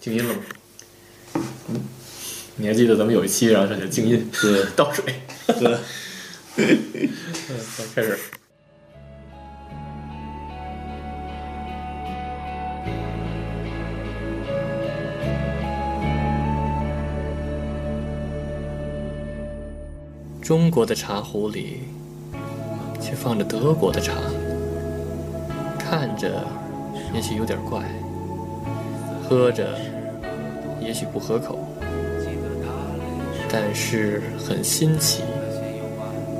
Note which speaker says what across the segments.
Speaker 1: 静音了吗？你还记得咱们有一期，然后上写静音，
Speaker 2: 对
Speaker 1: 倒水，
Speaker 2: 对，
Speaker 1: 开始。
Speaker 3: 中国的茶壶里却放着德国的茶，看着也许有点怪，喝着也许不合口，但是很新奇，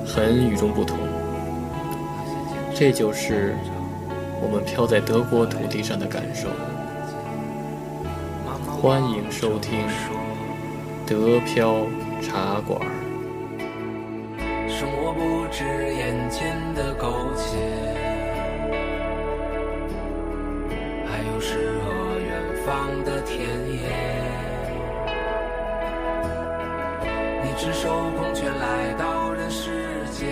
Speaker 3: 很与众不同。这就是我们飘在德国土地上的感受。欢迎收听德飘茶馆。
Speaker 4: 生活不止眼前的苟且，还有诗和远方的田野。你赤手空拳来到人世间，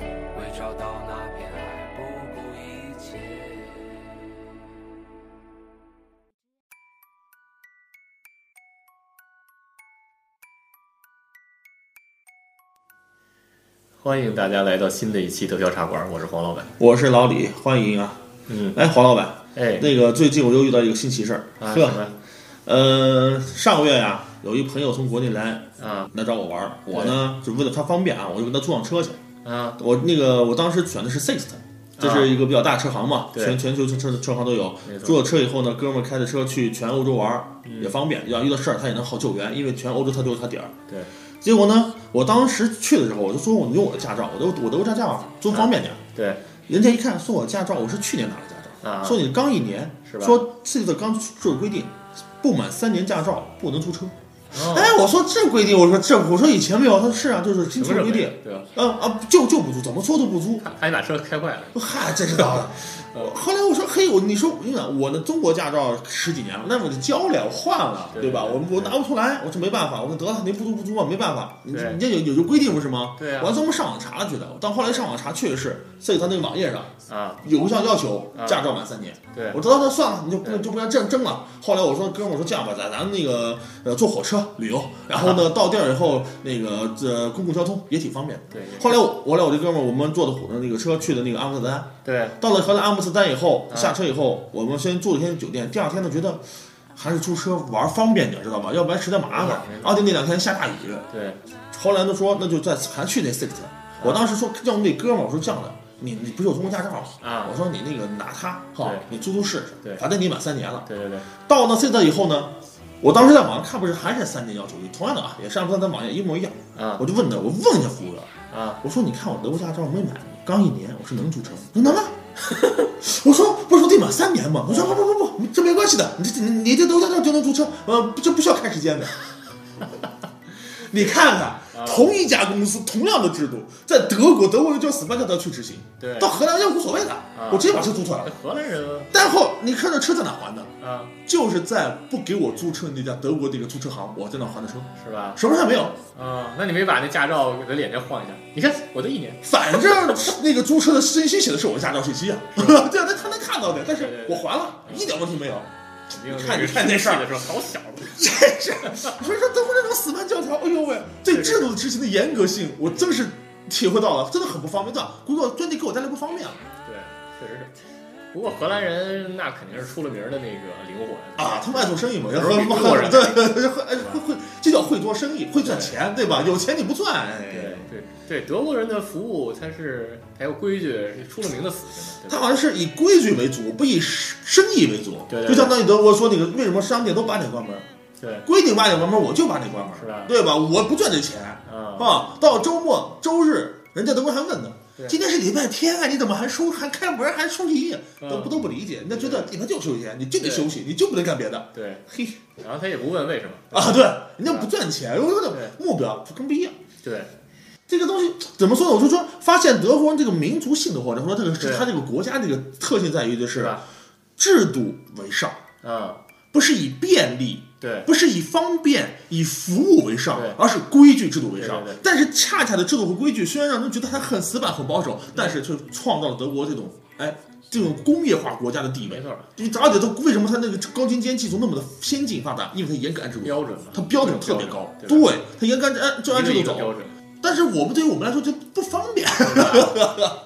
Speaker 4: 为找到那片海不顾一切。
Speaker 1: 欢迎大家来到新的一期德飘茶馆，我是黄老板。
Speaker 2: 我是老李，欢迎啊！
Speaker 1: 嗯，
Speaker 2: 哎，黄老板，
Speaker 1: 哎，
Speaker 2: 那个最近我又遇到一个新奇事儿，
Speaker 1: 啊
Speaker 2: 呵
Speaker 1: 什么
Speaker 2: 呃，上个月呀、有一朋友从国内来
Speaker 1: 啊
Speaker 2: 来找我玩儿，我呢就为了他方便啊，我就跟他租上车去。
Speaker 1: 啊
Speaker 2: 我那个我当时选的是 Sixt，这是一个比较大车行嘛，
Speaker 1: 对
Speaker 2: 全全球车车车行都有
Speaker 1: 没。错嗯
Speaker 2: 租了车以后呢，哥们儿开着车去全欧洲玩儿，也方便，要遇到事儿他也能好救援，因为全欧洲他都有他点儿。
Speaker 1: 对。
Speaker 2: 结果呢，我当时去的时候，我就说我用我的驾照，我都我德国驾照租方便点儿。
Speaker 1: 对
Speaker 2: 人家一看，说我驾照，我是去年拿的驾照，
Speaker 1: 啊
Speaker 2: 说你刚一年，
Speaker 1: 是吧
Speaker 2: 说这个刚这有规定，不满三年驾照不能出车。
Speaker 1: 哦，
Speaker 2: 哎，我说这规定，我说这，我说以前没有，他说是啊，就是
Speaker 1: 什
Speaker 2: 新
Speaker 1: 么
Speaker 2: 出
Speaker 1: 时候
Speaker 2: 规
Speaker 1: 没
Speaker 2: 定
Speaker 1: 有，对吧？
Speaker 2: 啊啊，就就不租，怎么说都不租。
Speaker 1: 他他还把车开坏了，
Speaker 2: 嗨，真是 到了。
Speaker 1: 哦
Speaker 2: 我后来我说，嘿，我你说我跟你讲，我的中国驾照十几年了，那我就交了，我换了，
Speaker 1: 对
Speaker 2: 对吧？我我
Speaker 1: 对
Speaker 2: 拿不出来，我说没办法，我说得了，您不租不租吧，没办法，人
Speaker 1: 对
Speaker 2: 人家有有有规定不是吗？
Speaker 1: 对啊
Speaker 2: 我还专门上网查了，觉得，但后来上网查确实是，所以他那个网页上
Speaker 1: 啊，
Speaker 2: 有个项要求
Speaker 1: 啊，
Speaker 2: 驾照满三年。
Speaker 1: 对
Speaker 2: 我知道那算了，你就不
Speaker 1: 对
Speaker 2: 就不要这样争了。后来我说，哥们儿，我说这样吧，咱咱那个呃坐火车旅游，然后 呢到地儿以后，那个呃公共交通也挺方便的。
Speaker 1: 对
Speaker 2: 后来我我俩我这哥们儿，我们坐的火那个车去的那个阿姆斯特丹，
Speaker 1: 对，
Speaker 2: 到了荷兰阿姆斯特丹以后，
Speaker 1: 啊
Speaker 2: 下车以后，我们先住了一天酒店，第二天呢觉得还是租车玩儿方便点儿，知道吧？要不然实在麻烦
Speaker 1: 没。错
Speaker 2: 而且那两天下大雨，
Speaker 1: 对
Speaker 2: 后来呢说那就再还去那 six，我当时说要那哥们儿，我说这样的，你你不是有中国驾照吗？
Speaker 1: 啊
Speaker 2: 我，说你那个拿它哈
Speaker 1: 对，
Speaker 2: 你租租试试，
Speaker 1: 对
Speaker 2: 反正你满三年了。
Speaker 1: 对对对，
Speaker 2: 到了 six 以后呢，我当时在网上看，不是还是三年要求，同样的啊，也是阿姆斯特丹网页一模一样。
Speaker 1: 啊
Speaker 2: 我就问他，我问一下服务员，
Speaker 1: 啊
Speaker 2: 我说你看我德国驾照没买，刚一年，我说能租车吗？ 他说能啊。我说不是说得满三年吗？他说不不不不，这没关系的，你这你你这德国驾照就能租车，呃，这不需要看时间的。 你看看，同一家公司同样的制度，在德国，德国人就死搬叫他去执行，
Speaker 1: 对
Speaker 2: 到荷兰人无所谓的，我直接把车租出来了。
Speaker 1: 哎荷兰人吗
Speaker 2: 但后你看这车在哪还的？
Speaker 1: 啊，
Speaker 2: 就是在不给我租车那家德国这个租车行，我在那还的车，
Speaker 1: 是吧？
Speaker 2: 什么事儿没有。
Speaker 1: 啊，那你没把那驾照给他脸再晃一下？你看我的一年，
Speaker 2: 反正那个租车的信息写的是我的驾照信息啊， 对啊，那他能看到的，但是我还了，一点问题没有。
Speaker 1: 肯定
Speaker 2: 看你看这事儿
Speaker 1: 的时候好小的，
Speaker 2: 真是，你说这德国这种死板教条，哎呦喂，对制度执行的严格性，我真是体会到了，真的很不方便。这啊工作专地给我带来不方便啊
Speaker 1: 对，确实是。不过荷兰人那肯定是出了名儿的那个灵活
Speaker 2: 啊！他们爱做生意嘛，然后
Speaker 1: 有时候
Speaker 2: 妈
Speaker 1: 比
Speaker 2: 的，
Speaker 1: 做
Speaker 2: 对
Speaker 1: 人
Speaker 2: 对对，会哎会会，这叫会做生意，会赚钱，对吧？有钱你不赚，哎
Speaker 1: 对。对对，德国人的服务他是还有规矩，出了名的死性
Speaker 2: 他
Speaker 1: 的，
Speaker 2: 好像是以规矩为主，不以生意为主，
Speaker 1: 对对对
Speaker 2: 就相当于德国说那个为什么商店都八点关门，
Speaker 1: 对吧
Speaker 2: 规定八点关门，我就八点关门，
Speaker 1: 是吧
Speaker 2: 对吧？我不赚这钱
Speaker 1: 对啊，
Speaker 2: 啊！到周末、周日，人家德国人还问呢
Speaker 1: 对，
Speaker 2: 今天是礼拜天啊，你怎么还收还开门还休息？
Speaker 1: 嗯
Speaker 2: 都不都不理解，人家觉得礼拜就休息，你就得休息，你就不能干别的。
Speaker 1: 对，
Speaker 2: 嘿
Speaker 1: 然后他也不问为什么，
Speaker 2: 啊，对，人家不赚钱，有有
Speaker 1: 对
Speaker 2: 点目标跟不一样。
Speaker 1: 对
Speaker 2: 这个东西怎么说呢？我就说，发现德国人这个民族性的，或者说这个
Speaker 1: 对
Speaker 2: 是他这个国家这个特性在于的
Speaker 1: 是
Speaker 2: 是
Speaker 1: 吧？
Speaker 2: 制度为上，
Speaker 1: 啊，
Speaker 2: 不是以便利
Speaker 1: 对
Speaker 2: 不是以方便、以服务为上
Speaker 1: 对，
Speaker 2: 而是规矩制度为上。
Speaker 1: 对对对
Speaker 2: 但是恰恰的制度和规矩，虽然让人觉得它很死板、很保守，但是却创造了德国这种哎这种工业化国家的地位
Speaker 1: 没。错，
Speaker 2: 你而且它为什么它那个高精尖技术那么的先进发达？因为它严格按制度走，
Speaker 1: 标准嘛，
Speaker 2: 它标准特别高，
Speaker 1: 对吧
Speaker 2: 对，它严格按按就按制
Speaker 1: 一个
Speaker 2: 度
Speaker 1: 一个标
Speaker 2: 走。
Speaker 1: 准。
Speaker 2: 但是我们对于我们来说就不方便，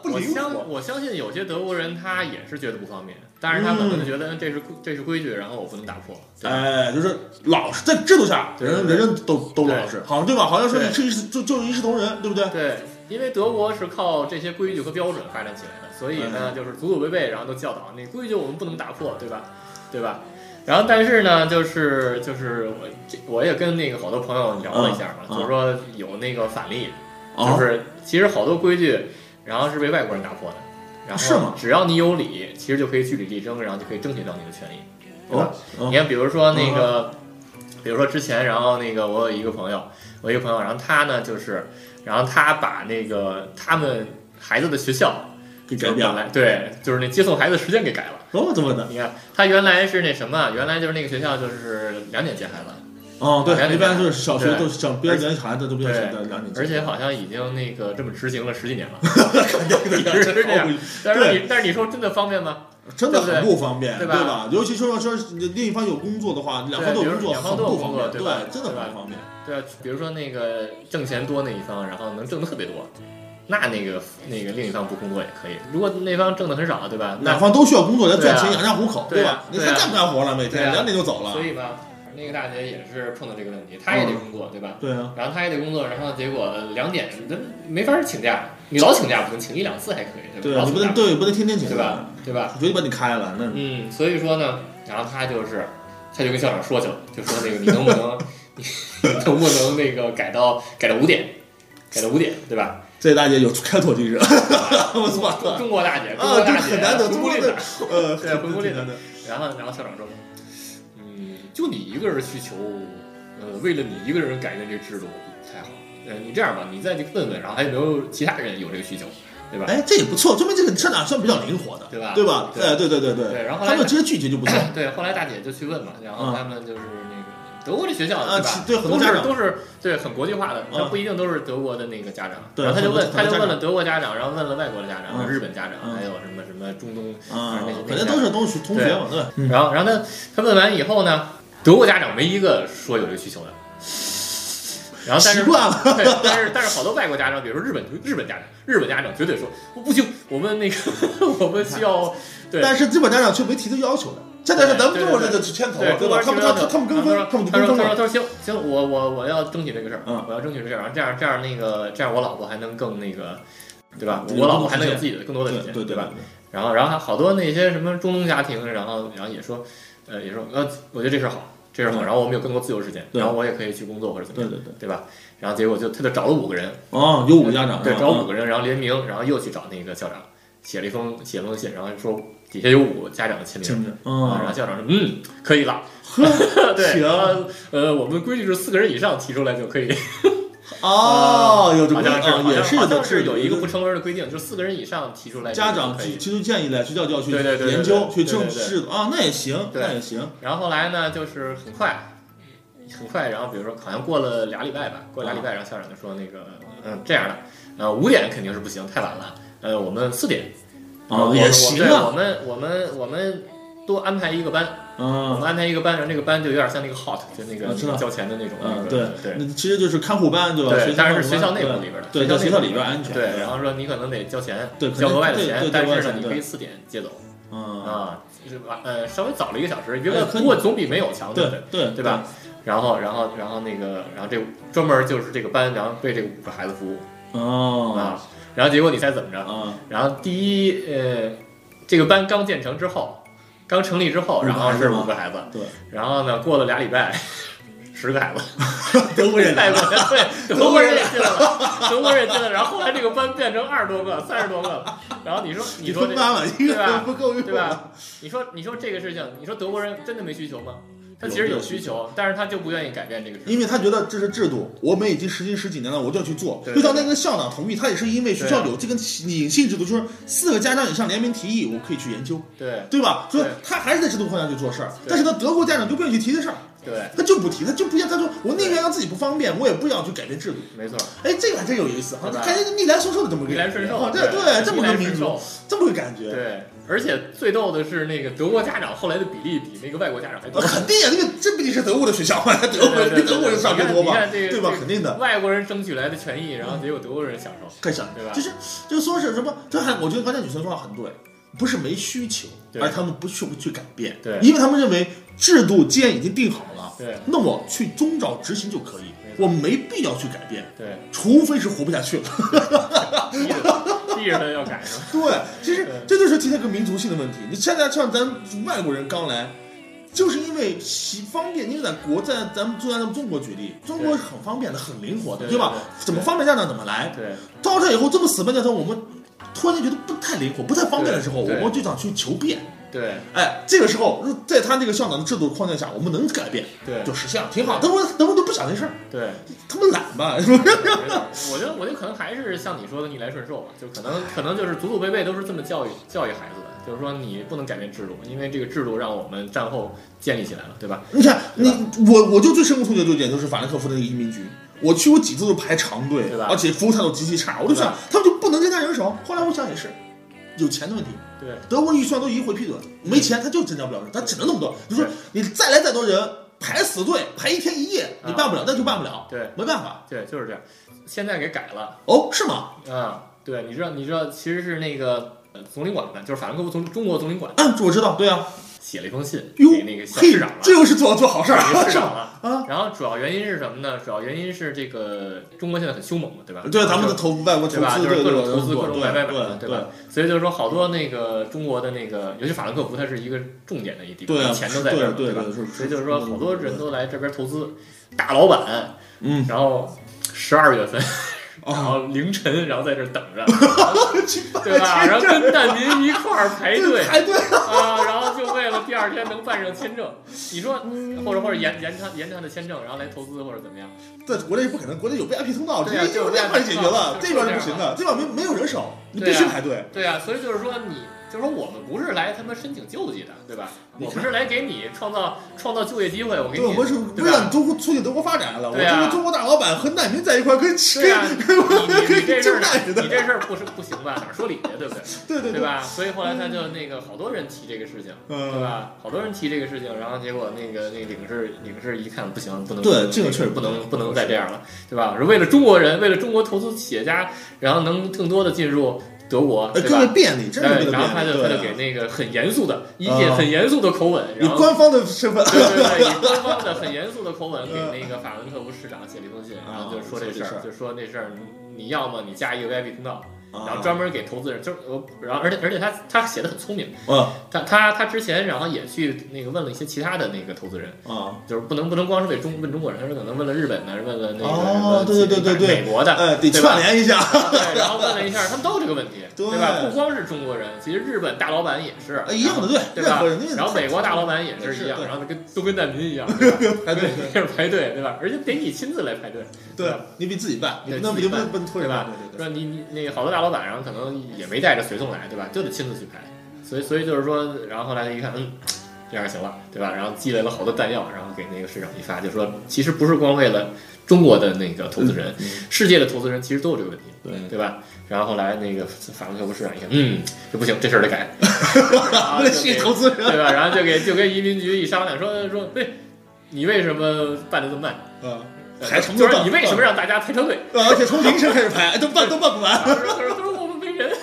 Speaker 2: 不
Speaker 1: 我
Speaker 2: 灵
Speaker 1: 相
Speaker 2: 活。
Speaker 1: 我相信有些德国人他也是觉得不方便，但是他可能就觉得嗯这是这是规矩，然后我不能打破。对吧
Speaker 2: 哎，就是老实，在制度下，
Speaker 1: 对
Speaker 2: 人人
Speaker 1: 对
Speaker 2: 人都都
Speaker 1: 对
Speaker 2: 老实，好像对吧？好像说
Speaker 1: 对
Speaker 2: 是一视就就是一视同仁，对不对？
Speaker 1: 对，因为德国是靠这些规矩和标准发展起来的，所以
Speaker 2: 哎
Speaker 1: 呢，就是祖祖辈辈，然后都教导你规矩我们不能打破，对吧？对吧？然后但是呢，就是就是我这我也跟那个好多朋友聊了一下嘛，
Speaker 2: 嗯嗯
Speaker 1: 就是说有那个反例，
Speaker 2: 啊
Speaker 1: 就是其实好多规矩，然后是被外国人打破的。然后
Speaker 2: 是吗
Speaker 1: 只要你有理，其实就可以据理力争，然后就可以争取到你的权益，对吧？
Speaker 2: 哦
Speaker 1: 你看，比如说那
Speaker 2: 嗯
Speaker 1: 个，比如说之前，然后那个我有一个朋友，我有一个朋友，然后他呢就是，然后他把那个他们孩子的学校
Speaker 2: 给
Speaker 1: 就
Speaker 2: 改
Speaker 1: 是
Speaker 2: 变
Speaker 1: 本
Speaker 2: 了。
Speaker 1: 来对，就是那接送孩子时间给改了。
Speaker 2: 哦，怎么的？
Speaker 1: 你看，他原来是那什么，原来就是那个学校就是两点接孩子，
Speaker 2: 哦，对
Speaker 1: 两，点
Speaker 2: 一般就是小学
Speaker 1: 对
Speaker 2: 都是小，不要连孩子都不要小的两年级，
Speaker 1: 而且 好像已经那个这么执行了十几年了。
Speaker 2: 对
Speaker 1: 是这样
Speaker 2: 哦对
Speaker 1: 但是你，但是你说真的方便吗？
Speaker 2: 真的很不方便，
Speaker 1: 对吧
Speaker 2: 吧？尤其说说另一方有工作的话，两方都有工作，
Speaker 1: 两方
Speaker 2: 很
Speaker 1: 都有
Speaker 2: 不方便，
Speaker 1: 工作对吧
Speaker 2: 真的很不方便。
Speaker 1: 对啊，比如说那个挣钱多那一方，然后能挣的特别多，那那个那个另一方不工作也可以。如果那方挣的很少，对吧？那
Speaker 2: 两方都需要工作来赚钱
Speaker 1: 对啊
Speaker 2: 养家糊口，
Speaker 1: 对
Speaker 2: 吧
Speaker 1: 啊？
Speaker 2: 你
Speaker 1: 对啊
Speaker 2: 还干不干活了？每
Speaker 1: 对
Speaker 2: 天
Speaker 1: 啊
Speaker 2: 两点就走了
Speaker 1: 所，以吧，那个大姐也是碰到这个问题，她也得工作，对吧？
Speaker 2: 对啊，
Speaker 1: 然后她也得工作，然后结果两点那没法请假，你老请假不能，请一两次还可以，对
Speaker 2: 对
Speaker 1: 吧？
Speaker 2: 啊，
Speaker 1: 老
Speaker 2: 你不
Speaker 1: 请假
Speaker 2: 能对不能天天请
Speaker 1: 对吧？？对吧？
Speaker 2: 绝对把你开了，那
Speaker 1: 嗯，所以说呢，然后她就是，她就跟校长说去了，就说那个你能不能， 你能不能那个改到改到五点，改到五点，对吧？
Speaker 2: 这大姐有开拓精神， 我操！
Speaker 1: 中国大姐，中
Speaker 2: 啊，
Speaker 1: 国
Speaker 2: 这
Speaker 1: 大姐，
Speaker 2: 很难得，
Speaker 1: 中
Speaker 2: 中
Speaker 1: 国
Speaker 2: 国
Speaker 1: 大
Speaker 2: 的
Speaker 1: 姐
Speaker 2: 呃，
Speaker 1: 对
Speaker 2: 很
Speaker 1: 回 不吝
Speaker 2: 难得。
Speaker 1: 然后，然后校长说：“嗯，就你一个人去求，呃，为了你一个人改变这制度不太好。呃，你这样吧，你再去问问，然后还有没有其他人有这个需求，对吧？
Speaker 2: 哎，这也不错，说明这个校长算比较灵活的，
Speaker 1: 对吧
Speaker 2: 对吧？
Speaker 1: 对
Speaker 2: 哎，对对对对
Speaker 1: 对然后后来
Speaker 2: 他们直接拒绝就不行。
Speaker 1: 对。后来大姐就去问嘛，然后
Speaker 2: 嗯
Speaker 1: 他们就是那个。”德国这学校
Speaker 2: 啊
Speaker 1: 对吧？
Speaker 2: 其对很多
Speaker 1: 都
Speaker 2: 家
Speaker 1: 是
Speaker 2: 长
Speaker 1: 都是对很国际化的，那
Speaker 2: 嗯
Speaker 1: 不一定都是德国的那个家长。
Speaker 2: 对
Speaker 1: 然后他就问，
Speaker 2: 很多
Speaker 1: 他就问
Speaker 2: 很多家长
Speaker 1: 了德国家长，然后问了外国的家
Speaker 2: 嗯
Speaker 1: 长、日本家长，
Speaker 2: 嗯
Speaker 1: 还有什么什么中东
Speaker 2: 啊
Speaker 1: 那些，啊
Speaker 2: 反正都是都是同学嘛，对吧？嗯
Speaker 1: 然后，然后他他问完以后呢，德国家长没一个说有这个需求的。然后，但
Speaker 2: 习
Speaker 1: 是
Speaker 2: 惯了，
Speaker 1: 对，但是但是好多外国家长，比如说日本日本家长，日本家长绝对说不不行，我们那个 我们需要对
Speaker 2: 但是日本家长却没提出要求来。现在是咱们中国人的牵头，
Speaker 1: 对
Speaker 2: 嗯对吧？他们他他他们跟
Speaker 1: 然
Speaker 2: 风，
Speaker 1: 后
Speaker 2: 他
Speaker 1: 他
Speaker 2: 们就跟
Speaker 1: 说他说
Speaker 2: 风
Speaker 1: 他说他
Speaker 2: 了。
Speaker 1: 说行行，我我我要争取这个事儿，
Speaker 2: 嗯
Speaker 1: 我要争取这个事儿，然后这样这样那个这样我老婆还能更那个。对吧？
Speaker 2: 对
Speaker 1: 我老婆还
Speaker 2: 有更
Speaker 1: 能有
Speaker 2: 多时间
Speaker 1: 自己的更多的
Speaker 2: 对
Speaker 1: 时间，
Speaker 2: 对对
Speaker 1: 吧？？然后，然后还好多那些什么中东家庭，然后，然后也说，呃，也说，呃，我觉得这事儿好，这事儿好，
Speaker 2: 嗯
Speaker 1: 然后我们有更多自由时间，
Speaker 2: 对
Speaker 1: 然后我也可以去工作或者怎么
Speaker 2: 对
Speaker 1: 样，
Speaker 2: 对对。
Speaker 1: 对吧？然后结果就他就找了五个人，
Speaker 2: 哦，有五个家长，
Speaker 1: 对，
Speaker 2: 啊
Speaker 1: 找五个人，然后联名，然后又去找那个校长，写了一封写了封信，然后说底下有五个家长的签名，
Speaker 2: 听着，
Speaker 1: 啊，然后
Speaker 2: 嗯，
Speaker 1: 校长说，嗯，可以 了，对，
Speaker 2: 行
Speaker 1: 然后呃，我们规矩是四个人以上提出来就可以，
Speaker 2: 哦，有这么
Speaker 1: 嗯好像是，
Speaker 2: 啊
Speaker 1: 好像
Speaker 2: 也
Speaker 1: 好
Speaker 2: 有
Speaker 1: 像是有一个不
Speaker 2: 对
Speaker 1: 成文的规定，就是四个人以上提出来
Speaker 2: 对家长
Speaker 1: 可
Speaker 2: 提
Speaker 1: 以。
Speaker 2: 提出建议来，学校就要去
Speaker 1: 对对对对
Speaker 2: 研
Speaker 1: 对
Speaker 2: 究
Speaker 1: 对
Speaker 2: 去正
Speaker 1: 对对
Speaker 2: 视啊，那也行，
Speaker 1: 对
Speaker 2: 那也行，
Speaker 1: 然后后来呢，就是很快，很快，然后比如说好像过了俩礼拜吧，过俩礼拜，然后校长就说那个，嗯，这样的，呃，五点肯定是不行，太晚了，呃，我们四点，
Speaker 2: 啊
Speaker 1: 我
Speaker 2: 也
Speaker 1: 我
Speaker 2: 行
Speaker 1: 对我
Speaker 2: 啊，
Speaker 1: 们我们我们多安排一个班，我们
Speaker 2: 嗯
Speaker 1: 安排一个班，然后那个班就有点像那个 hot，就那个
Speaker 2: 我知道
Speaker 1: 交钱的那种，那
Speaker 2: 嗯，
Speaker 1: 个
Speaker 2: 对
Speaker 1: 对
Speaker 2: 那其实就是看护班对吧？
Speaker 1: 对，但
Speaker 2: 看
Speaker 1: 是
Speaker 2: 护
Speaker 1: 是学校
Speaker 2: 班
Speaker 1: 内部
Speaker 2: 对
Speaker 1: 里边的，
Speaker 2: 对，在
Speaker 1: 校
Speaker 2: 学
Speaker 1: 内
Speaker 2: 校
Speaker 1: 部
Speaker 2: 里边安全，
Speaker 1: 对，然后说你可能得交钱，
Speaker 2: 对
Speaker 1: 交额外的
Speaker 2: 对对
Speaker 1: 钱
Speaker 2: 对，
Speaker 1: 但
Speaker 2: 额外
Speaker 1: 是呢，
Speaker 2: 的钱
Speaker 1: 你
Speaker 2: 对
Speaker 1: 可以四点接走
Speaker 2: 嗯，
Speaker 1: 啊，就是晚呃稍微早了一个小时，觉得
Speaker 2: 哎可以
Speaker 1: 不过总比没有强，对不对
Speaker 2: 对？对
Speaker 1: 对吧？？然后，然后，然后那个，然后这专门就是这个班，然后为这五个孩子服务
Speaker 2: 哦
Speaker 1: 啊。然后结果你猜怎么着？
Speaker 2: 啊，
Speaker 1: 然后第一，呃，这个班刚建成之后，刚成立之后，然后是
Speaker 2: 五
Speaker 1: 五
Speaker 2: 个
Speaker 1: 个孩子，
Speaker 2: 对，
Speaker 1: 然后呢，过了俩礼拜，十个孩子，
Speaker 2: 德国人来
Speaker 1: 泰
Speaker 2: 了
Speaker 1: 国人 对，德国人也进来 了，德国人也进来了，然后后来这个班变成二十多个、三十多个了。然后你说，你
Speaker 2: 你
Speaker 1: 说
Speaker 2: 分
Speaker 1: 这，
Speaker 2: 班了，一个
Speaker 1: 对吧
Speaker 2: 人不够用，
Speaker 1: 对吧？你说，你说这个事情，你说德国人真的没需求吗？他其实
Speaker 2: 有
Speaker 1: 有
Speaker 2: 有需
Speaker 1: 需求，但是他就不愿意改变这个事情。
Speaker 2: 因为他觉得这是制度，我们已经实行十几年了，我就要去做。
Speaker 1: 对啊
Speaker 2: 就像那个校长同意，他也是因为学校有这个隐性制度，就是四个家长以上联名提议，我可以去研究，
Speaker 1: 对
Speaker 2: 对吧？所以
Speaker 1: 对
Speaker 2: 他还是在制度框架去做事儿。
Speaker 1: 对
Speaker 2: 但是呢，德国家长就不愿意去提这事儿，
Speaker 1: 对，
Speaker 2: 他就不提，他就不愿，他说我宁愿让自己不方便，我也不想去改变制度。
Speaker 1: 没错。
Speaker 2: 哎，这个还真有意思哈，
Speaker 1: 对吧
Speaker 2: 感觉逆来顺受的这么个
Speaker 1: 逆来顺受
Speaker 2: 啊，这对这么
Speaker 1: 逆
Speaker 2: 个
Speaker 1: 来
Speaker 2: 民
Speaker 1: 顺
Speaker 2: 族
Speaker 1: 受，
Speaker 2: 这么个感觉。
Speaker 1: 对，而且最逗的是，那个德国家长后来的比例比那个外国家长还多
Speaker 2: 那。肯定呀，那个这毕竟是德国的学校嘛，德国
Speaker 1: 对对对
Speaker 2: 比 德国人上学多
Speaker 1: 你
Speaker 2: 嘛
Speaker 1: 看，这个
Speaker 2: 对吧
Speaker 1: 这？个
Speaker 2: 肯定的，
Speaker 1: 外国人争取来的权益，然后结果德国人享受。
Speaker 2: 干啥
Speaker 1: 对吧
Speaker 2: 就是就是说是什么？这还我觉得刚才你说的话很对，不是没需求，
Speaker 1: 对
Speaker 2: 而他们不去不去改变，
Speaker 1: 对
Speaker 2: 因为他们认为制度既然已经定好了，
Speaker 1: 对
Speaker 2: 那我去遵照执行就可以
Speaker 1: 没，错
Speaker 2: 我没必要去改变，
Speaker 1: 对，
Speaker 2: 除非是活不下去了。
Speaker 1: 逼着逼着他要改是吧？
Speaker 2: 对，其实
Speaker 1: 对
Speaker 2: 这就是提那个民族性的问题。你现在像咱外国人刚来，就是因为习方便，因为在国在咱们就拿咱们中国举例，中国
Speaker 1: 对
Speaker 2: 是很方便的，很灵活的，
Speaker 1: 对
Speaker 2: 吧
Speaker 1: 对？对
Speaker 2: 怎么方便家长怎么来。
Speaker 1: 对
Speaker 2: 到这以后这么死板交头，我们突然间觉得不太灵活、不太方便的时候，我
Speaker 1: 对对
Speaker 2: 们就想去求变。
Speaker 1: 对
Speaker 2: 哎，这个时候在他那个校长的制度框架下，我们能改变，
Speaker 1: 对
Speaker 2: 就实现了，挺好。德国德国都不想这事儿，
Speaker 1: 对，
Speaker 2: 他们懒吧？
Speaker 1: 没错我觉得我觉得可能还是像你说的逆来顺受吧，就可能可能就是祖祖辈辈都是这么教育教育孩子的，就是说你不能改变制度，因为这个制度让我们战后建立起来了，对吧？
Speaker 2: 你看，
Speaker 1: 对
Speaker 2: 你
Speaker 1: 吧
Speaker 2: 我我就最深恶痛绝的一点就是法兰克福的那个移民局，我去过几次都排长队
Speaker 1: 对，吧
Speaker 2: 而且服务态度极其差，我就
Speaker 1: 对
Speaker 2: 想
Speaker 1: 吧
Speaker 2: 他们就不能增加人手。后来我想也是，有钱的问题，
Speaker 1: 对
Speaker 2: 德国预算都一回批准，没钱他就增加不了人，他只能那么多。你说
Speaker 1: 嗯对
Speaker 2: 你再来再多人，排死队排一天一夜，你
Speaker 1: 啊
Speaker 2: 办不了，那就办不了，
Speaker 1: 对
Speaker 2: 没办法。
Speaker 1: 对，就是这样。现在给改了
Speaker 2: 哦，是吗？
Speaker 1: 啊，对，你知道你知道其实是那个呃总领馆的，就是法兰克福总中国总领馆
Speaker 2: 嗯，我知道，对啊，
Speaker 1: 写了一封信
Speaker 2: 哟
Speaker 1: 给那个，小
Speaker 2: 嘿
Speaker 1: 市长，了，
Speaker 2: 这又是做做好事儿，
Speaker 1: 给市
Speaker 2: 是
Speaker 1: 长
Speaker 2: 吧？
Speaker 1: 了。
Speaker 2: 啊，
Speaker 1: 然后主要原因是什么呢？主要原因是这个中国现在很凶猛嘛，对吧？
Speaker 2: 对，咱们
Speaker 1: 就
Speaker 2: 的投外国投
Speaker 1: 对吧？
Speaker 2: 资，
Speaker 1: 就
Speaker 2: 对
Speaker 1: 是各
Speaker 2: 对
Speaker 1: 种投资、各种买卖买卖，
Speaker 2: 对
Speaker 1: 吧？所以就是说，好多那个中国的那个，尤其法兰克福，它是一个重点的一个地
Speaker 2: 对啊
Speaker 1: 方，钱都在这儿嘛，
Speaker 2: 对对
Speaker 1: 吧
Speaker 2: 对是？
Speaker 1: 所以就是说，好多人都来这边投资，大老板，
Speaker 2: 嗯，
Speaker 1: 然后十二月份，
Speaker 2: 哦
Speaker 1: 然后凌晨，然后在这儿等着，
Speaker 2: 去办
Speaker 1: 对吧？
Speaker 2: 签
Speaker 1: 然后
Speaker 2: 证
Speaker 1: 跟难民一块儿 排队，
Speaker 2: 排队。
Speaker 1: 啊，然后就为了第二天能办上签证，你说嗯或者或者延延长延长的签证，然后来投资或者怎么样？
Speaker 2: 在国内是不可能，国内有 VIP 通道，直
Speaker 1: 对
Speaker 2: 接
Speaker 1: 啊
Speaker 2: 一
Speaker 1: 就
Speaker 2: 块
Speaker 1: 是
Speaker 2: 这块解决了，这
Speaker 1: 就是
Speaker 2: 边是不行的，这边没没有人手，你必须
Speaker 1: 对啊
Speaker 2: 排队。
Speaker 1: 对啊，所以就是说你，就是说我们不是来他妈申请救济的，对吧？
Speaker 2: 你
Speaker 1: 我
Speaker 2: 看
Speaker 1: 们是来给你创造创造就业机会，我给
Speaker 2: 对，
Speaker 1: 你，
Speaker 2: 我们是
Speaker 1: 对
Speaker 2: 为了
Speaker 1: 吧？
Speaker 2: 中国促进德国发展了，我
Speaker 1: 对啊
Speaker 2: 中国中国大老板和难民在一块儿跟吃
Speaker 1: 对啊，你你
Speaker 2: 跟
Speaker 1: 你这事
Speaker 2: 跟救
Speaker 1: 儿哪
Speaker 2: 难似的
Speaker 1: 你，这事儿不是不行吧？哪儿说理去，对 不对？
Speaker 2: 对对
Speaker 1: 对，吧？所以后来他就那个好多人提这个事情，
Speaker 2: 嗯
Speaker 1: 对吧？好多人提这个事情，然后结果那个那领事领事一看不行，不能
Speaker 2: 对这个确实
Speaker 1: 不
Speaker 2: 不
Speaker 1: 能
Speaker 2: 能
Speaker 1: 不能再这样了，对吧？是为了中国人，为了中国投资企业家，然后能更多的进入德国，
Speaker 2: 呃，
Speaker 1: 对
Speaker 2: 各位
Speaker 1: 吧？
Speaker 2: 便利，真是各
Speaker 1: 对，
Speaker 2: 位
Speaker 1: 然后他
Speaker 2: 便利，
Speaker 1: 就他就
Speaker 2: 对
Speaker 1: 给
Speaker 2: 啊。
Speaker 1: 那个很严肃的，以
Speaker 2: 啊
Speaker 1: 也很严肃的口吻，
Speaker 2: 以
Speaker 1: 然后
Speaker 2: 官方的身份，
Speaker 1: 对对对，以官方的很严肃的口吻给那个法兰克福市长写了一封信，然后就说这事
Speaker 2: 嗯啊说这事
Speaker 1: 儿，
Speaker 2: 儿
Speaker 1: 就说那事儿你你要么你加一个 VIP 通道，然后
Speaker 2: 啊，
Speaker 1: 专门给投资人，就是我，然后而且而且他他写的很聪明，
Speaker 2: 啊
Speaker 1: 他他他之前然后也去那个问了一些其他的那个投资人，
Speaker 2: 啊，
Speaker 1: 就是不能不能光是为中问中国人，他说可能问了日本的，问了那个
Speaker 2: 哦
Speaker 1: 什么其
Speaker 2: 对对对对对
Speaker 1: 美国 的，
Speaker 2: 哎，得
Speaker 1: 对
Speaker 2: 串
Speaker 1: 吧？
Speaker 2: 联一下，
Speaker 1: 对，然后问了一下，他们都有这个问题，
Speaker 2: 对
Speaker 1: 对吧？不光是中国人，其实日本大老板也是
Speaker 2: 哎一样的，对，
Speaker 1: 对
Speaker 2: 任
Speaker 1: 吧
Speaker 2: 何人，那？
Speaker 1: 然后美国大老板也
Speaker 2: 也
Speaker 1: 是
Speaker 2: 是
Speaker 1: 一样，
Speaker 2: 对
Speaker 1: 然后跟都跟难民一样，对吧
Speaker 2: 排队
Speaker 1: 跟排队，对吧？而且得你亲自来排队，
Speaker 2: 对
Speaker 1: 吧？
Speaker 2: 你得自己办，你
Speaker 1: 对
Speaker 2: 不能
Speaker 1: 自
Speaker 2: 不
Speaker 1: 己
Speaker 2: 能
Speaker 1: 办
Speaker 2: 不能托人
Speaker 1: 对吧
Speaker 2: 办对对对
Speaker 1: 说你你那个好多大老板，然后可能也没带着随从来，对吧？就得亲自去排，所以所以就是说，然后后来一看，嗯，这样行了，对吧？然后积累了好多弹药，然后给那个市场一发，就说其实不是光为了中国的那个投资人，
Speaker 2: 嗯
Speaker 1: 世界的投资人其实都有这个问题，
Speaker 2: 对
Speaker 1: 对吧？然后后来那个法兰克福市场一看，嗯，这不行，这事儿得 改，然后
Speaker 2: 为了
Speaker 1: 就
Speaker 2: 吸引
Speaker 1: 给
Speaker 2: 投资人，
Speaker 1: 啊对吧？然后就给就跟移民局一商量，说说，对，你为什么办的这么慢？
Speaker 2: 啊，排成
Speaker 1: 就是
Speaker 2: 段
Speaker 1: 你为什么让大家排长 队？
Speaker 2: 呃，而且从凌晨开始排，哎都办都办不完。
Speaker 1: 他说：“他说我们没人，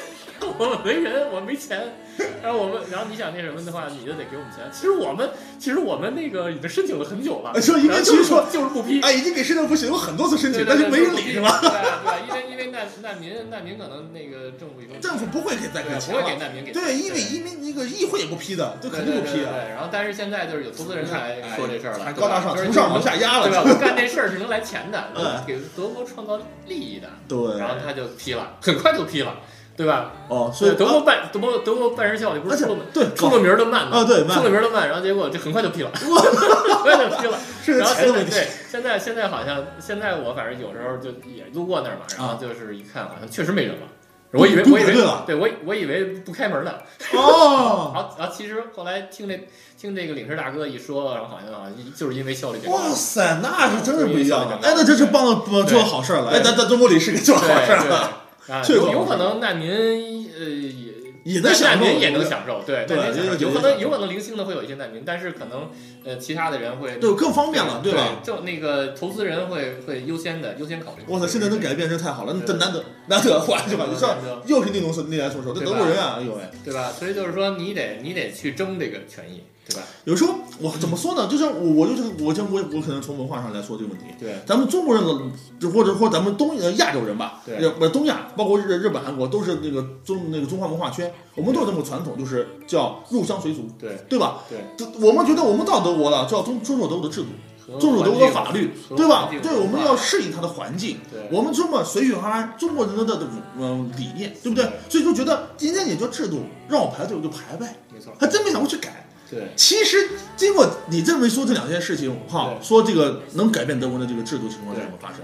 Speaker 1: 我们没人，我们没钱。然后我们，然后你想那什么的话，你就得给我们钱。其实我们，其实我们那个已经申请了很久了，
Speaker 2: 呃说移民局说
Speaker 1: 然后就是不批，
Speaker 2: 哎，已经给市政府写过很多次申
Speaker 1: 对
Speaker 2: 请，
Speaker 1: 对
Speaker 2: 但是
Speaker 1: 对，
Speaker 2: 没人理是吧？
Speaker 1: 对啊对啊，因为因为难难民难民可能那个政府已经
Speaker 2: 政府不会给再
Speaker 1: 对
Speaker 2: 给
Speaker 1: 啊
Speaker 2: 钱
Speaker 1: 不会给
Speaker 2: 了。
Speaker 1: 难民给钱
Speaker 2: 对，因为移民那个议会也不批的，这
Speaker 1: 对
Speaker 2: 肯定
Speaker 1: 对
Speaker 2: 不
Speaker 1: 对
Speaker 2: 批
Speaker 1: 对
Speaker 2: 啊。
Speaker 1: 对然后但是现在就是有投资人来
Speaker 2: 哎
Speaker 1: 说这事儿了，
Speaker 2: 还
Speaker 1: 对
Speaker 2: 高
Speaker 1: 吧
Speaker 2: 大上，
Speaker 1: 就是
Speaker 2: 从上往下压
Speaker 1: 对吧？
Speaker 2: 了。
Speaker 1: 我干这事儿是能来钱的，
Speaker 2: 嗯
Speaker 1: 给德国创造利益的，
Speaker 2: 对
Speaker 1: 然后他就批了，很快就批了，对吧？
Speaker 2: 哦，所以
Speaker 1: 德国办德国德国办事效率不
Speaker 2: 而
Speaker 1: 是
Speaker 2: 且
Speaker 1: 出了吗？
Speaker 2: 对
Speaker 1: 出了名儿的慢嘛
Speaker 2: 啊对慢
Speaker 1: 出了名儿的慢，然后结果这很快就 批了，很快就批了。
Speaker 2: 是
Speaker 1: 然后
Speaker 2: 钱
Speaker 1: 现
Speaker 2: 的
Speaker 1: 在
Speaker 2: 问题。
Speaker 1: 对，现在现在好像现在我反正有时候就也路过那
Speaker 2: 啊
Speaker 1: 儿嘛，然后就是一看好像确实没人了，我以为
Speaker 2: 都
Speaker 1: 我以为
Speaker 2: 排队了
Speaker 1: 对我以我以为不开门呢，
Speaker 2: 哦，
Speaker 1: 然后然后其实后来听这听这个领事大哥一说，然后好像好像就是因为效率变高
Speaker 2: 哇。塞，那是真是不一样的。哎，那真是帮帮做好 事儿了。哎，咱咱中国领事给做好
Speaker 1: 对
Speaker 2: 事儿
Speaker 1: 对
Speaker 2: 了。
Speaker 1: 啊，
Speaker 2: 这个
Speaker 1: 有有可能难民呃也
Speaker 2: 也能
Speaker 1: 但
Speaker 2: 享
Speaker 1: 难
Speaker 2: 受，
Speaker 1: 民也能享受，对，
Speaker 2: 对
Speaker 1: 难民享受
Speaker 2: 也
Speaker 1: 有可
Speaker 2: 也
Speaker 1: 能有可能零星的会有一些难民，但是可能呃其他的人会
Speaker 2: 对更方便了，
Speaker 1: 对
Speaker 2: 吧？？
Speaker 1: 就那个投资人会会优先的优先考虑。
Speaker 2: 哇塞，现在能改变真太好了，那
Speaker 1: 对
Speaker 2: 难得难得，哇，这把
Speaker 1: 难得
Speaker 2: 就上
Speaker 1: 难得
Speaker 2: 又是那种那来顺手，这
Speaker 1: 对
Speaker 2: 德
Speaker 1: 吧
Speaker 2: 国人啊，哎呦喂！
Speaker 1: 对吧？所以就是说，你得你得去争这个权益，对吧？
Speaker 2: 有时候我怎么说呢？就像我，我就是我，这我我可能从文化上来说这个问题，
Speaker 1: 对
Speaker 2: 咱们中国人的，或者说咱们东呃亚洲人吧，
Speaker 1: 对
Speaker 2: 日不是东亚，包括日日本、韩国，都是那个中那个中华文化圈，我们都有这么个传统，就是叫入乡随俗，
Speaker 1: 对
Speaker 2: 对吧？
Speaker 1: 对，
Speaker 2: 这我们觉得我们到德国了，就要遵遵守德国的制度，
Speaker 1: 和
Speaker 2: 遵守德
Speaker 1: 环境
Speaker 2: 国的法律，
Speaker 1: 和
Speaker 2: 对吧
Speaker 1: 环？境
Speaker 2: 对，
Speaker 1: 文
Speaker 2: 我们
Speaker 1: 化
Speaker 2: 要适应它的环境。
Speaker 1: 对
Speaker 2: 我们这么随遇而安，中国人的的嗯理念，对不对
Speaker 1: 对？
Speaker 2: 所以就觉得今天也就制度，让我排队我就排呗，
Speaker 1: 没错，
Speaker 2: 还真没想过去改。
Speaker 1: 对
Speaker 2: 其实经过你这么一说这两件事情，哈，
Speaker 1: 对
Speaker 2: 说这个能改变德国的这个制度情况下
Speaker 1: 对
Speaker 2: 么发生，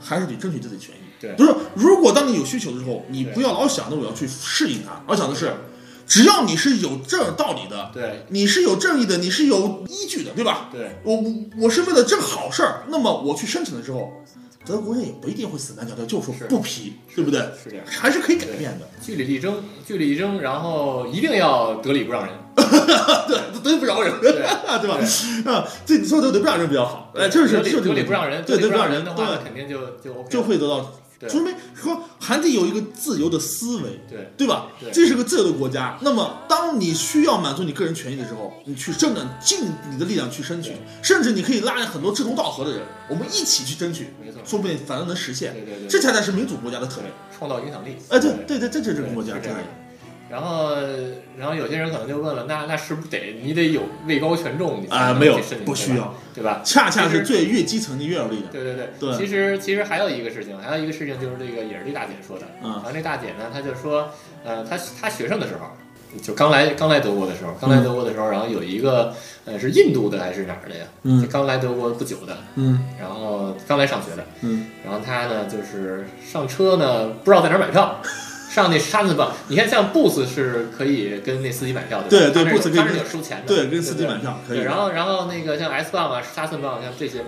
Speaker 2: 还是得争取自己权益。
Speaker 1: 对
Speaker 2: 就是如果当你有需求的时候，你
Speaker 1: 对
Speaker 2: 不要老想着我要去适应它，而想的是，只要你是有正道理的，
Speaker 1: 对
Speaker 2: 你是有正义的，你是有依据的，对吧？
Speaker 1: 对
Speaker 2: 我我是为了这好事儿，那么我去申请的时候，德国人也不一定会死缠烂打，就说
Speaker 1: 是
Speaker 2: 不批，对不对？
Speaker 1: 是这样。
Speaker 2: 还是可以改变的，
Speaker 1: 据理力争，据理力争，然后一定要得理不让人。
Speaker 2: 对，得不饶人，
Speaker 1: 对
Speaker 2: 对吧？啊，这你说得得不饶人比较好，哎，这是
Speaker 1: 得
Speaker 2: 这
Speaker 1: 理
Speaker 2: 是
Speaker 1: 得理不让人，
Speaker 2: 对
Speaker 1: 得理
Speaker 2: 得
Speaker 1: 不
Speaker 2: 不让
Speaker 1: 让
Speaker 2: 人
Speaker 1: 的话，那
Speaker 2: 对，
Speaker 1: 肯定就就 OK，
Speaker 2: 就会得到，
Speaker 1: 对
Speaker 2: 说明说还得有一个自由的思维，
Speaker 1: 对
Speaker 2: 对吧？
Speaker 1: 对
Speaker 2: 这是个自由的国家。那么，当你需要满足你个人权益的时候，你去争取，尽你的力量去争取
Speaker 1: 对，
Speaker 2: 甚至你可以拉着很多志同道合的人，我们一起去争取，
Speaker 1: 没错，
Speaker 2: 说不定反而能实现。
Speaker 1: 对对对，
Speaker 2: 这才才是民主国家的特
Speaker 1: 对
Speaker 2: 点。
Speaker 1: 创造影响力。
Speaker 2: 哎，对对对，这就是这个
Speaker 1: 对
Speaker 2: 国家
Speaker 1: 是
Speaker 2: 这
Speaker 1: 这样
Speaker 2: 样
Speaker 1: 的。然后，然后有些人可能就问了，那那是不是得你得有位高权重？你才
Speaker 2: 啊，
Speaker 1: 能
Speaker 2: 没有
Speaker 1: 去申请，
Speaker 2: 不需，要，
Speaker 1: 对吧？
Speaker 2: 恰恰
Speaker 1: 其
Speaker 2: 是
Speaker 1: 实
Speaker 2: 最越基层的越有力量。
Speaker 1: 对对对，
Speaker 2: 对
Speaker 1: 其实其实还有一个事情，还有一个事情就是这个也是这大姐说的，
Speaker 2: 嗯
Speaker 1: 然后这大姐呢，她就说，呃，她她学生的时候，就刚来刚来德国的时候，
Speaker 2: 嗯
Speaker 1: 刚来德国的时候，然后有一个呃是印度的还是哪儿的呀？就
Speaker 2: 嗯
Speaker 1: 刚来德国不久的，
Speaker 2: 嗯
Speaker 1: 然后呃刚来上学的，
Speaker 2: 嗯，
Speaker 1: 然后他呢就是上车呢不知道在哪儿买票。上那沙子吧，你看像 Boots 是可以跟那司机买票的，
Speaker 2: 对对
Speaker 1: 他是有
Speaker 2: Boots 可以
Speaker 1: 他是有收钱的，
Speaker 2: 对，跟司机
Speaker 1: 不对
Speaker 2: 买票可以
Speaker 1: 对，。然后然后那个像 S 棒啊、沙寸棒，像这些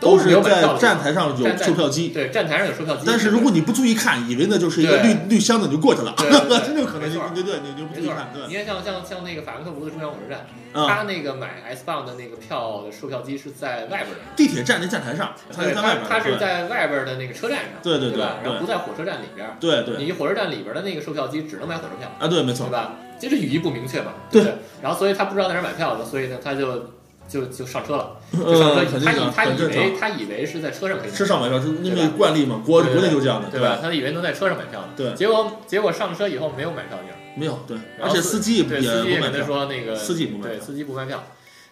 Speaker 2: 都
Speaker 1: 是
Speaker 2: 是
Speaker 1: 没有买票
Speaker 2: 在
Speaker 1: 的
Speaker 2: 站台上有
Speaker 1: 站在
Speaker 2: 售票机，
Speaker 1: 对，站台上有售票机，
Speaker 2: 但是如果你不注意看，以为那就是一个
Speaker 1: 对
Speaker 2: 绿绿箱子，你就过去了，
Speaker 1: 对对对
Speaker 2: 真的有可 能就
Speaker 1: 没错
Speaker 2: 对对，你你就不
Speaker 1: 没
Speaker 2: 注意
Speaker 1: 错
Speaker 2: 看，，对，
Speaker 1: 你看嗯像像像那个法兰克福的中央火车站，
Speaker 2: 啊，
Speaker 1: 他那个买 S 棒的那个票的售票机是在外边的，
Speaker 2: 地铁站那站台上，它
Speaker 1: 对，
Speaker 2: 在外
Speaker 1: 他
Speaker 2: 边，
Speaker 1: 他是在外边的那个车站上，
Speaker 2: 对对
Speaker 1: 对
Speaker 2: 对
Speaker 1: 吧？然后
Speaker 2: 对
Speaker 1: 不在火车站里边，
Speaker 2: 对对对
Speaker 1: 你火车站里边的那个售票机只能买火车票，
Speaker 2: 啊，对，没错
Speaker 1: 对，吧？这是语义不明确嘛，
Speaker 2: 对
Speaker 1: 不对？然后所以他不知道在哪儿买票的，所以呢他就就就上车了，就上车，
Speaker 2: 嗯，很
Speaker 1: 他
Speaker 2: 正
Speaker 1: 以
Speaker 2: 常，
Speaker 1: 他
Speaker 2: 很
Speaker 1: 以
Speaker 2: 正常
Speaker 1: 为。他以为是在车上可以买
Speaker 2: 吃上买票是因
Speaker 1: 对
Speaker 2: 为
Speaker 1: 吧
Speaker 2: 惯例嘛，国
Speaker 1: 对对
Speaker 2: 国内就这样的，
Speaker 1: 对吧？
Speaker 2: 吧？
Speaker 1: 他以为能在车上买票呢，
Speaker 2: 对
Speaker 1: 结果结果上车以后没有买票券，
Speaker 2: 没有对，
Speaker 1: 然
Speaker 2: 而
Speaker 1: 后
Speaker 2: 且
Speaker 1: 司
Speaker 2: 司机也不
Speaker 1: 对，
Speaker 2: 也
Speaker 1: 司机
Speaker 2: 不买
Speaker 1: 跟他
Speaker 2: 票，
Speaker 1: 说那个
Speaker 2: 司机不买
Speaker 1: 对
Speaker 2: 票
Speaker 1: 司机不卖票，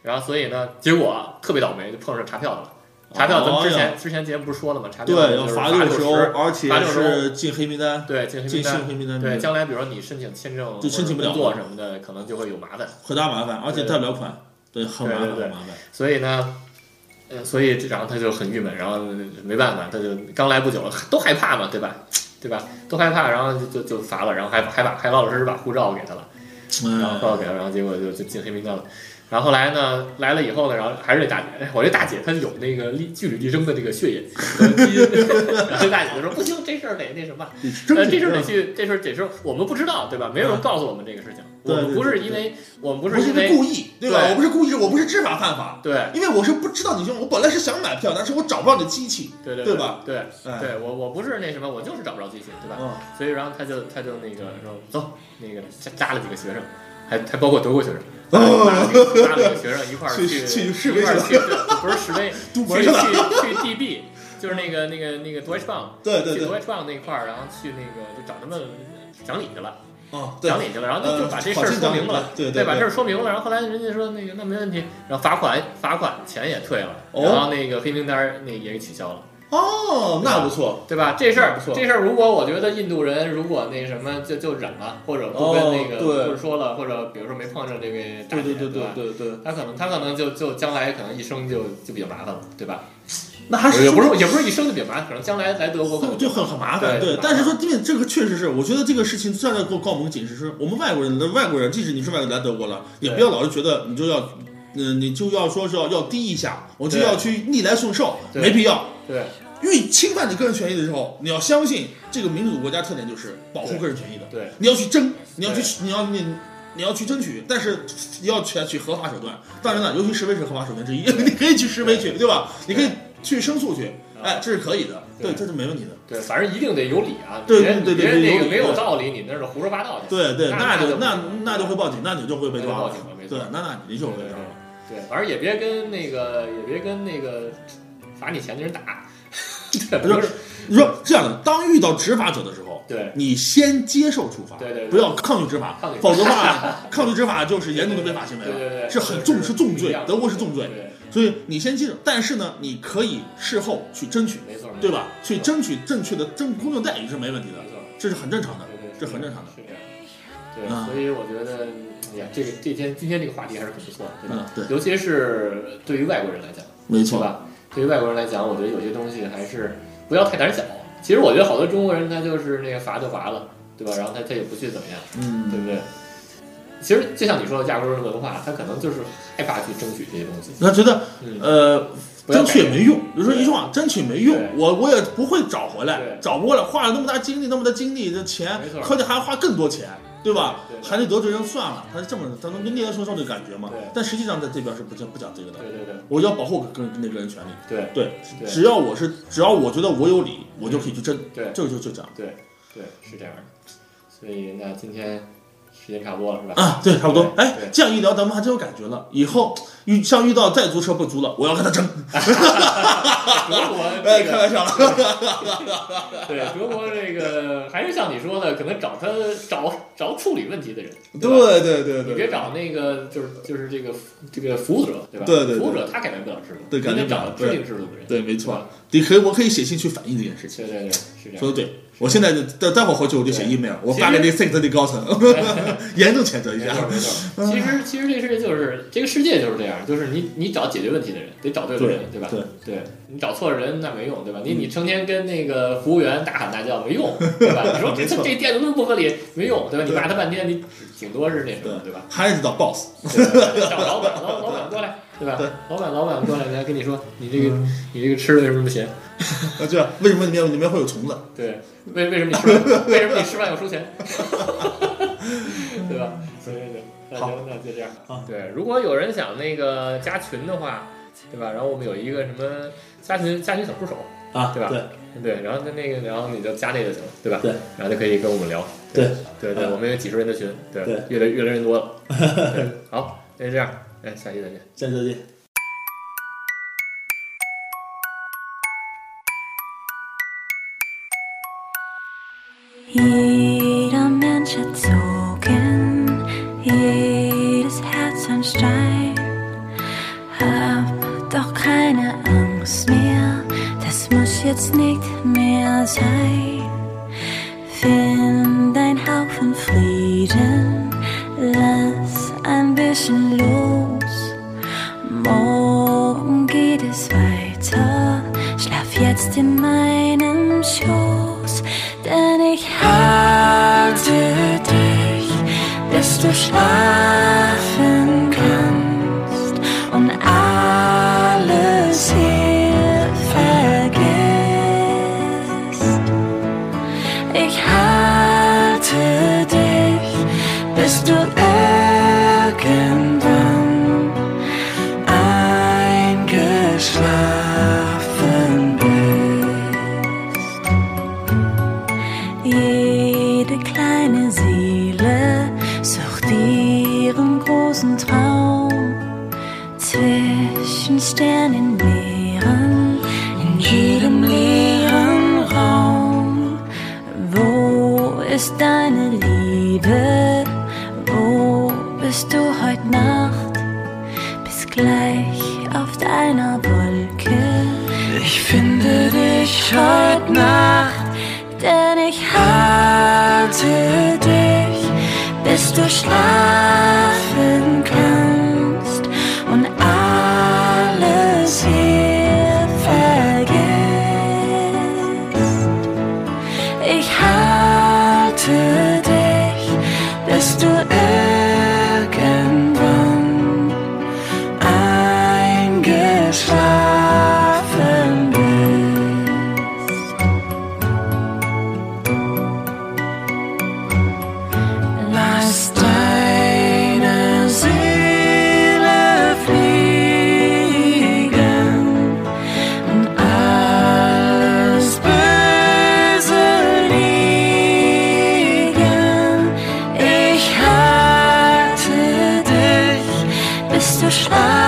Speaker 1: 然后所以呢，结果啊特别倒霉，就碰上查票的了。查票咱们之
Speaker 2: 哦哎
Speaker 1: 前、
Speaker 2: 呀
Speaker 1: 之前节目不是说了吗？查票
Speaker 2: 对，
Speaker 1: 就
Speaker 2: 要
Speaker 1: 是
Speaker 2: 罚
Speaker 1: 六
Speaker 2: 十欧，而且
Speaker 1: 罚六十
Speaker 2: 是进黑名单，
Speaker 1: 对，进黑
Speaker 2: 进
Speaker 1: 名
Speaker 2: 新
Speaker 1: 单。
Speaker 2: 黑名单，
Speaker 1: 对，，将来比如说你申请签证、
Speaker 2: 就申请不了
Speaker 1: 工作什么的，可能就会有麻烦。
Speaker 2: 很大麻烦，而且
Speaker 1: 对
Speaker 2: 贷不了款，对，嗯很麻烦，
Speaker 1: 对对对
Speaker 2: 很麻烦。
Speaker 1: 所以呢，呃，所以这然后他就很郁闷，然后没办法，他就刚来不久，都害怕嘛，对吧？对吧？都害怕，然后就就就罚了，然后还还把还老老实实把护照给他了。然后
Speaker 2: 嗯，
Speaker 1: 报给了，然后结果就就进黑名单了。然后后来呢，来了以后呢，然后还是这大姐，哎我这大姐她有那个力据理力争的这个血液 和基因。然后这大姐就说不行，这事儿得那什么，呃，这事儿得去，这事儿得是我们不知道，对吧？没有人告诉我们这个事情，我
Speaker 2: 嗯对
Speaker 1: 们
Speaker 2: 对
Speaker 1: 不是
Speaker 2: 对
Speaker 1: 因为我们不
Speaker 2: 不
Speaker 1: 是
Speaker 2: 是
Speaker 1: 因
Speaker 2: 因为
Speaker 1: 为
Speaker 2: 故意，对吧？
Speaker 1: 对
Speaker 2: 我不是故意，我不是知法犯法，
Speaker 1: 对
Speaker 2: 因为我是不知道你用，我本来是想买票，但是我找不到你的机器，
Speaker 1: 对对
Speaker 2: 对吧？
Speaker 1: 对
Speaker 2: 哎，
Speaker 1: 对，我我不是那什么，我就是找不着机器，对吧？
Speaker 2: 嗯，
Speaker 1: 所以然后他就他就那个说走，那个扎扎了几个学生，还还包括德国学生，拉了几个拉了几个学生一块儿
Speaker 2: 哦去
Speaker 1: 去
Speaker 2: 去示威
Speaker 1: 一块儿
Speaker 2: 去
Speaker 1: 去不是示威，
Speaker 2: 堵门
Speaker 1: 去
Speaker 2: 去了，
Speaker 1: 去去 DB，就是那个那个那个 Deutsche Bank，
Speaker 2: 对对
Speaker 1: 去
Speaker 2: 对，
Speaker 1: Deutsche Bank 那块儿，然后去那个就找他们讲理去了，
Speaker 2: 啊，对
Speaker 1: 讲，理去了，然后就
Speaker 2: 呃
Speaker 1: 就把这事
Speaker 2: 好
Speaker 1: 儿
Speaker 2: 心
Speaker 1: 说
Speaker 2: 讲理
Speaker 1: 明了，
Speaker 2: 对对
Speaker 1: 对，
Speaker 2: 对
Speaker 1: 把事儿说明了，然后后来人家说那个那没问题，然后罚款罚款钱也退了，
Speaker 2: 哦
Speaker 1: 然后那个黑名单儿那也给取消了。
Speaker 2: 哦，那不错，
Speaker 1: 对吧？这事儿
Speaker 2: 不错
Speaker 1: 这事儿，如果我觉得印度人如果那什么就就忍了，或者不跟那个、
Speaker 2: 哦对
Speaker 1: 不说了，或者比如说没碰上这个大姐，
Speaker 2: 对对对
Speaker 1: 对吧
Speaker 2: 对对，
Speaker 1: 他可能他可能就就将来可能一生就就比较麻烦了，对吧？
Speaker 2: 那还
Speaker 1: 也不
Speaker 2: 说
Speaker 1: 是也不是一生就比较麻烦，可能将来来德国可 能
Speaker 2: 就很很麻烦，
Speaker 1: 对
Speaker 2: 对。但是说，因为这个确实是，我觉得这个事情站在给我告我们个警示，是我们外国人，外国人，即使你是外国人来德国了，也不要老是觉得你就要，嗯，你就要说是要要低一下，我就
Speaker 1: 对
Speaker 2: 要去逆来顺受，
Speaker 1: 对
Speaker 2: 没必要。
Speaker 1: 对
Speaker 2: 因为侵犯你个人权益的时候，你要相信这个民主国家特点就是保护个人权益的，
Speaker 1: 对
Speaker 2: 你要去争，你要去，你要你你要去争取，但是要采取合法手段。当然了，尤其示威是合法手段之一， 你可以去示威去，对吧？你可以去申诉去，哎，这是可以的，对，这是没问题的。
Speaker 1: 啊对，反正一定得有理啊！
Speaker 2: 对
Speaker 1: 别人
Speaker 2: 对对对
Speaker 1: 别人那
Speaker 2: 有
Speaker 1: 个
Speaker 2: 理
Speaker 1: 没有
Speaker 2: 对
Speaker 1: 道理，你那是胡说八道去。
Speaker 2: 对对，
Speaker 1: 那
Speaker 2: 就
Speaker 1: 就
Speaker 2: 那那就会报警，那你就会被
Speaker 1: 那就
Speaker 2: 抓
Speaker 1: 报警了没错
Speaker 2: 对，那那你就会被抓了。
Speaker 1: 对，反正也别跟那个，也别跟那个罚你钱的人打。 对，不是，
Speaker 2: 你说这样的，当遇到执法者的时候，
Speaker 1: 对
Speaker 2: 你先接受处罚，
Speaker 1: 对对对
Speaker 2: 不要抗拒执法
Speaker 1: 抗拒，
Speaker 2: 否则的 话，抗拒执法就是严重的违法行为
Speaker 1: 对对对
Speaker 2: 了，
Speaker 1: 对，
Speaker 2: 是很重，是重
Speaker 1: 不一
Speaker 2: 罪
Speaker 1: 样，的
Speaker 2: 德国是重罪，
Speaker 1: 对，
Speaker 2: 所以你先接受，但是呢，你可以事后去争取，
Speaker 1: 没错，没错
Speaker 2: 对？吧？去争取正确的正公正待遇是没问题的
Speaker 1: 没，错，
Speaker 2: 这是很正常的
Speaker 1: 对对，，
Speaker 2: 这很正常的。
Speaker 1: 是这样。对，
Speaker 2: 嗯
Speaker 1: 所以我觉得，哎呀，这个这天今天这个话题还是很不错的，对吧？
Speaker 2: 嗯对
Speaker 1: 尤其是对于外国人来讲，
Speaker 2: 没
Speaker 1: 是，吧？对于外国人来讲，我觉得有些东西还是不要太胆小。其实我觉得好多中国人他就是那个罚就罚了，对吧？然后他他也不去怎么样，
Speaker 2: 嗯，
Speaker 1: 对不对？其实就像你说的亚洲人文化，他可能就是害怕去争取这些东西。
Speaker 2: 那觉得
Speaker 1: 嗯，
Speaker 2: 呃，
Speaker 1: 不要
Speaker 2: 争取也
Speaker 1: 改
Speaker 2: 没用。比如说一句话，争取没用
Speaker 1: 对，
Speaker 2: 我我也不会找回来
Speaker 1: 对，
Speaker 2: 找不过来，花了那么大精力，那么多精力，这钱
Speaker 1: 没错，
Speaker 2: 而且还要花更多钱，对吧
Speaker 1: 对？对
Speaker 2: 还得得罪人算了，他是这么，咱们跟猎人说说这感觉嘛
Speaker 1: 对。
Speaker 2: 但实际上在这边是不讲不讲这个的，
Speaker 1: 对对对
Speaker 2: 我要保护跟跟那个人权利。
Speaker 1: 对
Speaker 2: 对，
Speaker 1: 对
Speaker 2: 只要我是只要我觉得我有理，我就可以去争，
Speaker 1: 对
Speaker 2: 这个就就这样
Speaker 1: 对对，是这样的。所以那今天时间差不多了，是吧？
Speaker 2: 啊，对，差不多。
Speaker 1: 对
Speaker 2: 哎
Speaker 1: 对，
Speaker 2: 这样一聊，咱们还真有感觉了。以后遇像遇到再足车不足了，我要跟他争。
Speaker 1: 德国这个
Speaker 2: 哎，开玩笑了。
Speaker 1: 对德国这个还是像你说的，可能找他找找处理问题的人，对吧
Speaker 2: 对对对
Speaker 1: 你
Speaker 2: 对，
Speaker 1: 别找那个就是就是这个这个服务者，对吧？
Speaker 2: 对对对
Speaker 1: 服务者他改变不了制度，
Speaker 2: 对改
Speaker 1: 你
Speaker 2: 变
Speaker 1: 得
Speaker 2: 不了
Speaker 1: 找制定制度的人。
Speaker 2: 对，没
Speaker 1: 是
Speaker 2: 错
Speaker 1: 吧，
Speaker 2: 你可以，我可以写信去反映这件事情。
Speaker 1: 对对对，是这样
Speaker 2: 说。的对，我现在就待待会儿回去我就写
Speaker 1: 对
Speaker 2: email，我发给那 sect 的 高层，严重谴责一
Speaker 1: 没错
Speaker 2: 下。
Speaker 1: 没错，其实其实这个世界就是这个世界就是这样，就是你你找解决问题的人，得找对的人，对吧？
Speaker 2: 对
Speaker 1: 对，嗯你找错人那没用，对吧？你你成天跟那个服务员大喊大叫没 用，对吧？你说这
Speaker 2: 没错
Speaker 1: 这店怎么那么不合理，没用，对吧？你
Speaker 2: 对
Speaker 1: 骂他半天，你顶多是那什么，对吧？
Speaker 2: 还是找 boss，
Speaker 1: 对吧找老板，老老板过来，对嗯吧？老板老板过来，来跟你说，你这个你这个吃的为什么不行？
Speaker 2: 啊，对啊，为什么里面里面会有虫子？
Speaker 1: 对，为为什么你吃饭？ 为什么你吃饭要收钱？对吧？对对对，那
Speaker 2: 嗯好嗯
Speaker 1: 行，那就这样啊
Speaker 2: 好。
Speaker 1: 对，如果有人想那个加群的话，对吧？然后我们有一个什么加群加群小助手，
Speaker 2: 啊
Speaker 1: 对吧
Speaker 2: 对
Speaker 1: 对，然后他那个，然后你就加那就行了，对吧？
Speaker 2: 对，
Speaker 1: 然后就可以跟我们聊。
Speaker 2: 对
Speaker 1: 对对，
Speaker 2: 嗯
Speaker 1: 我们有几十人的群，对
Speaker 2: 对，
Speaker 1: 越来越来越多 了。对好，那就这样，哎，下期再见。
Speaker 2: 下期再见。
Speaker 5: 이런 면책 속엔 jedes Herz ein Stein. Hab doch keine Angst mehr, das muss jetzt nicht mehr sein. Find ein Haufen Frieden, lass ein bisschen los. Morgen geht es weiter. Schlaf jetzt in meinem Schoß, denn ich halte dich, bis du schlafen kannst und alles hier vergisst. Ich halte dich, bis du irgendwann eingeschlafen bist. Jede kleine Seele sucht ihren großen Traum zwischen Sternenmeeren, in jedem leeren Raum. Wo ist deine Liebe? Wo bist du heute Nacht? bis gleich auf deiner Wolke. Ich finde dich heute Nacht, denn ich halte dich, bis du schlafen kannst und alles hier vergisst. Ich halte dich, bis du irgendwann eingeschlafen bist. La bist du schlau.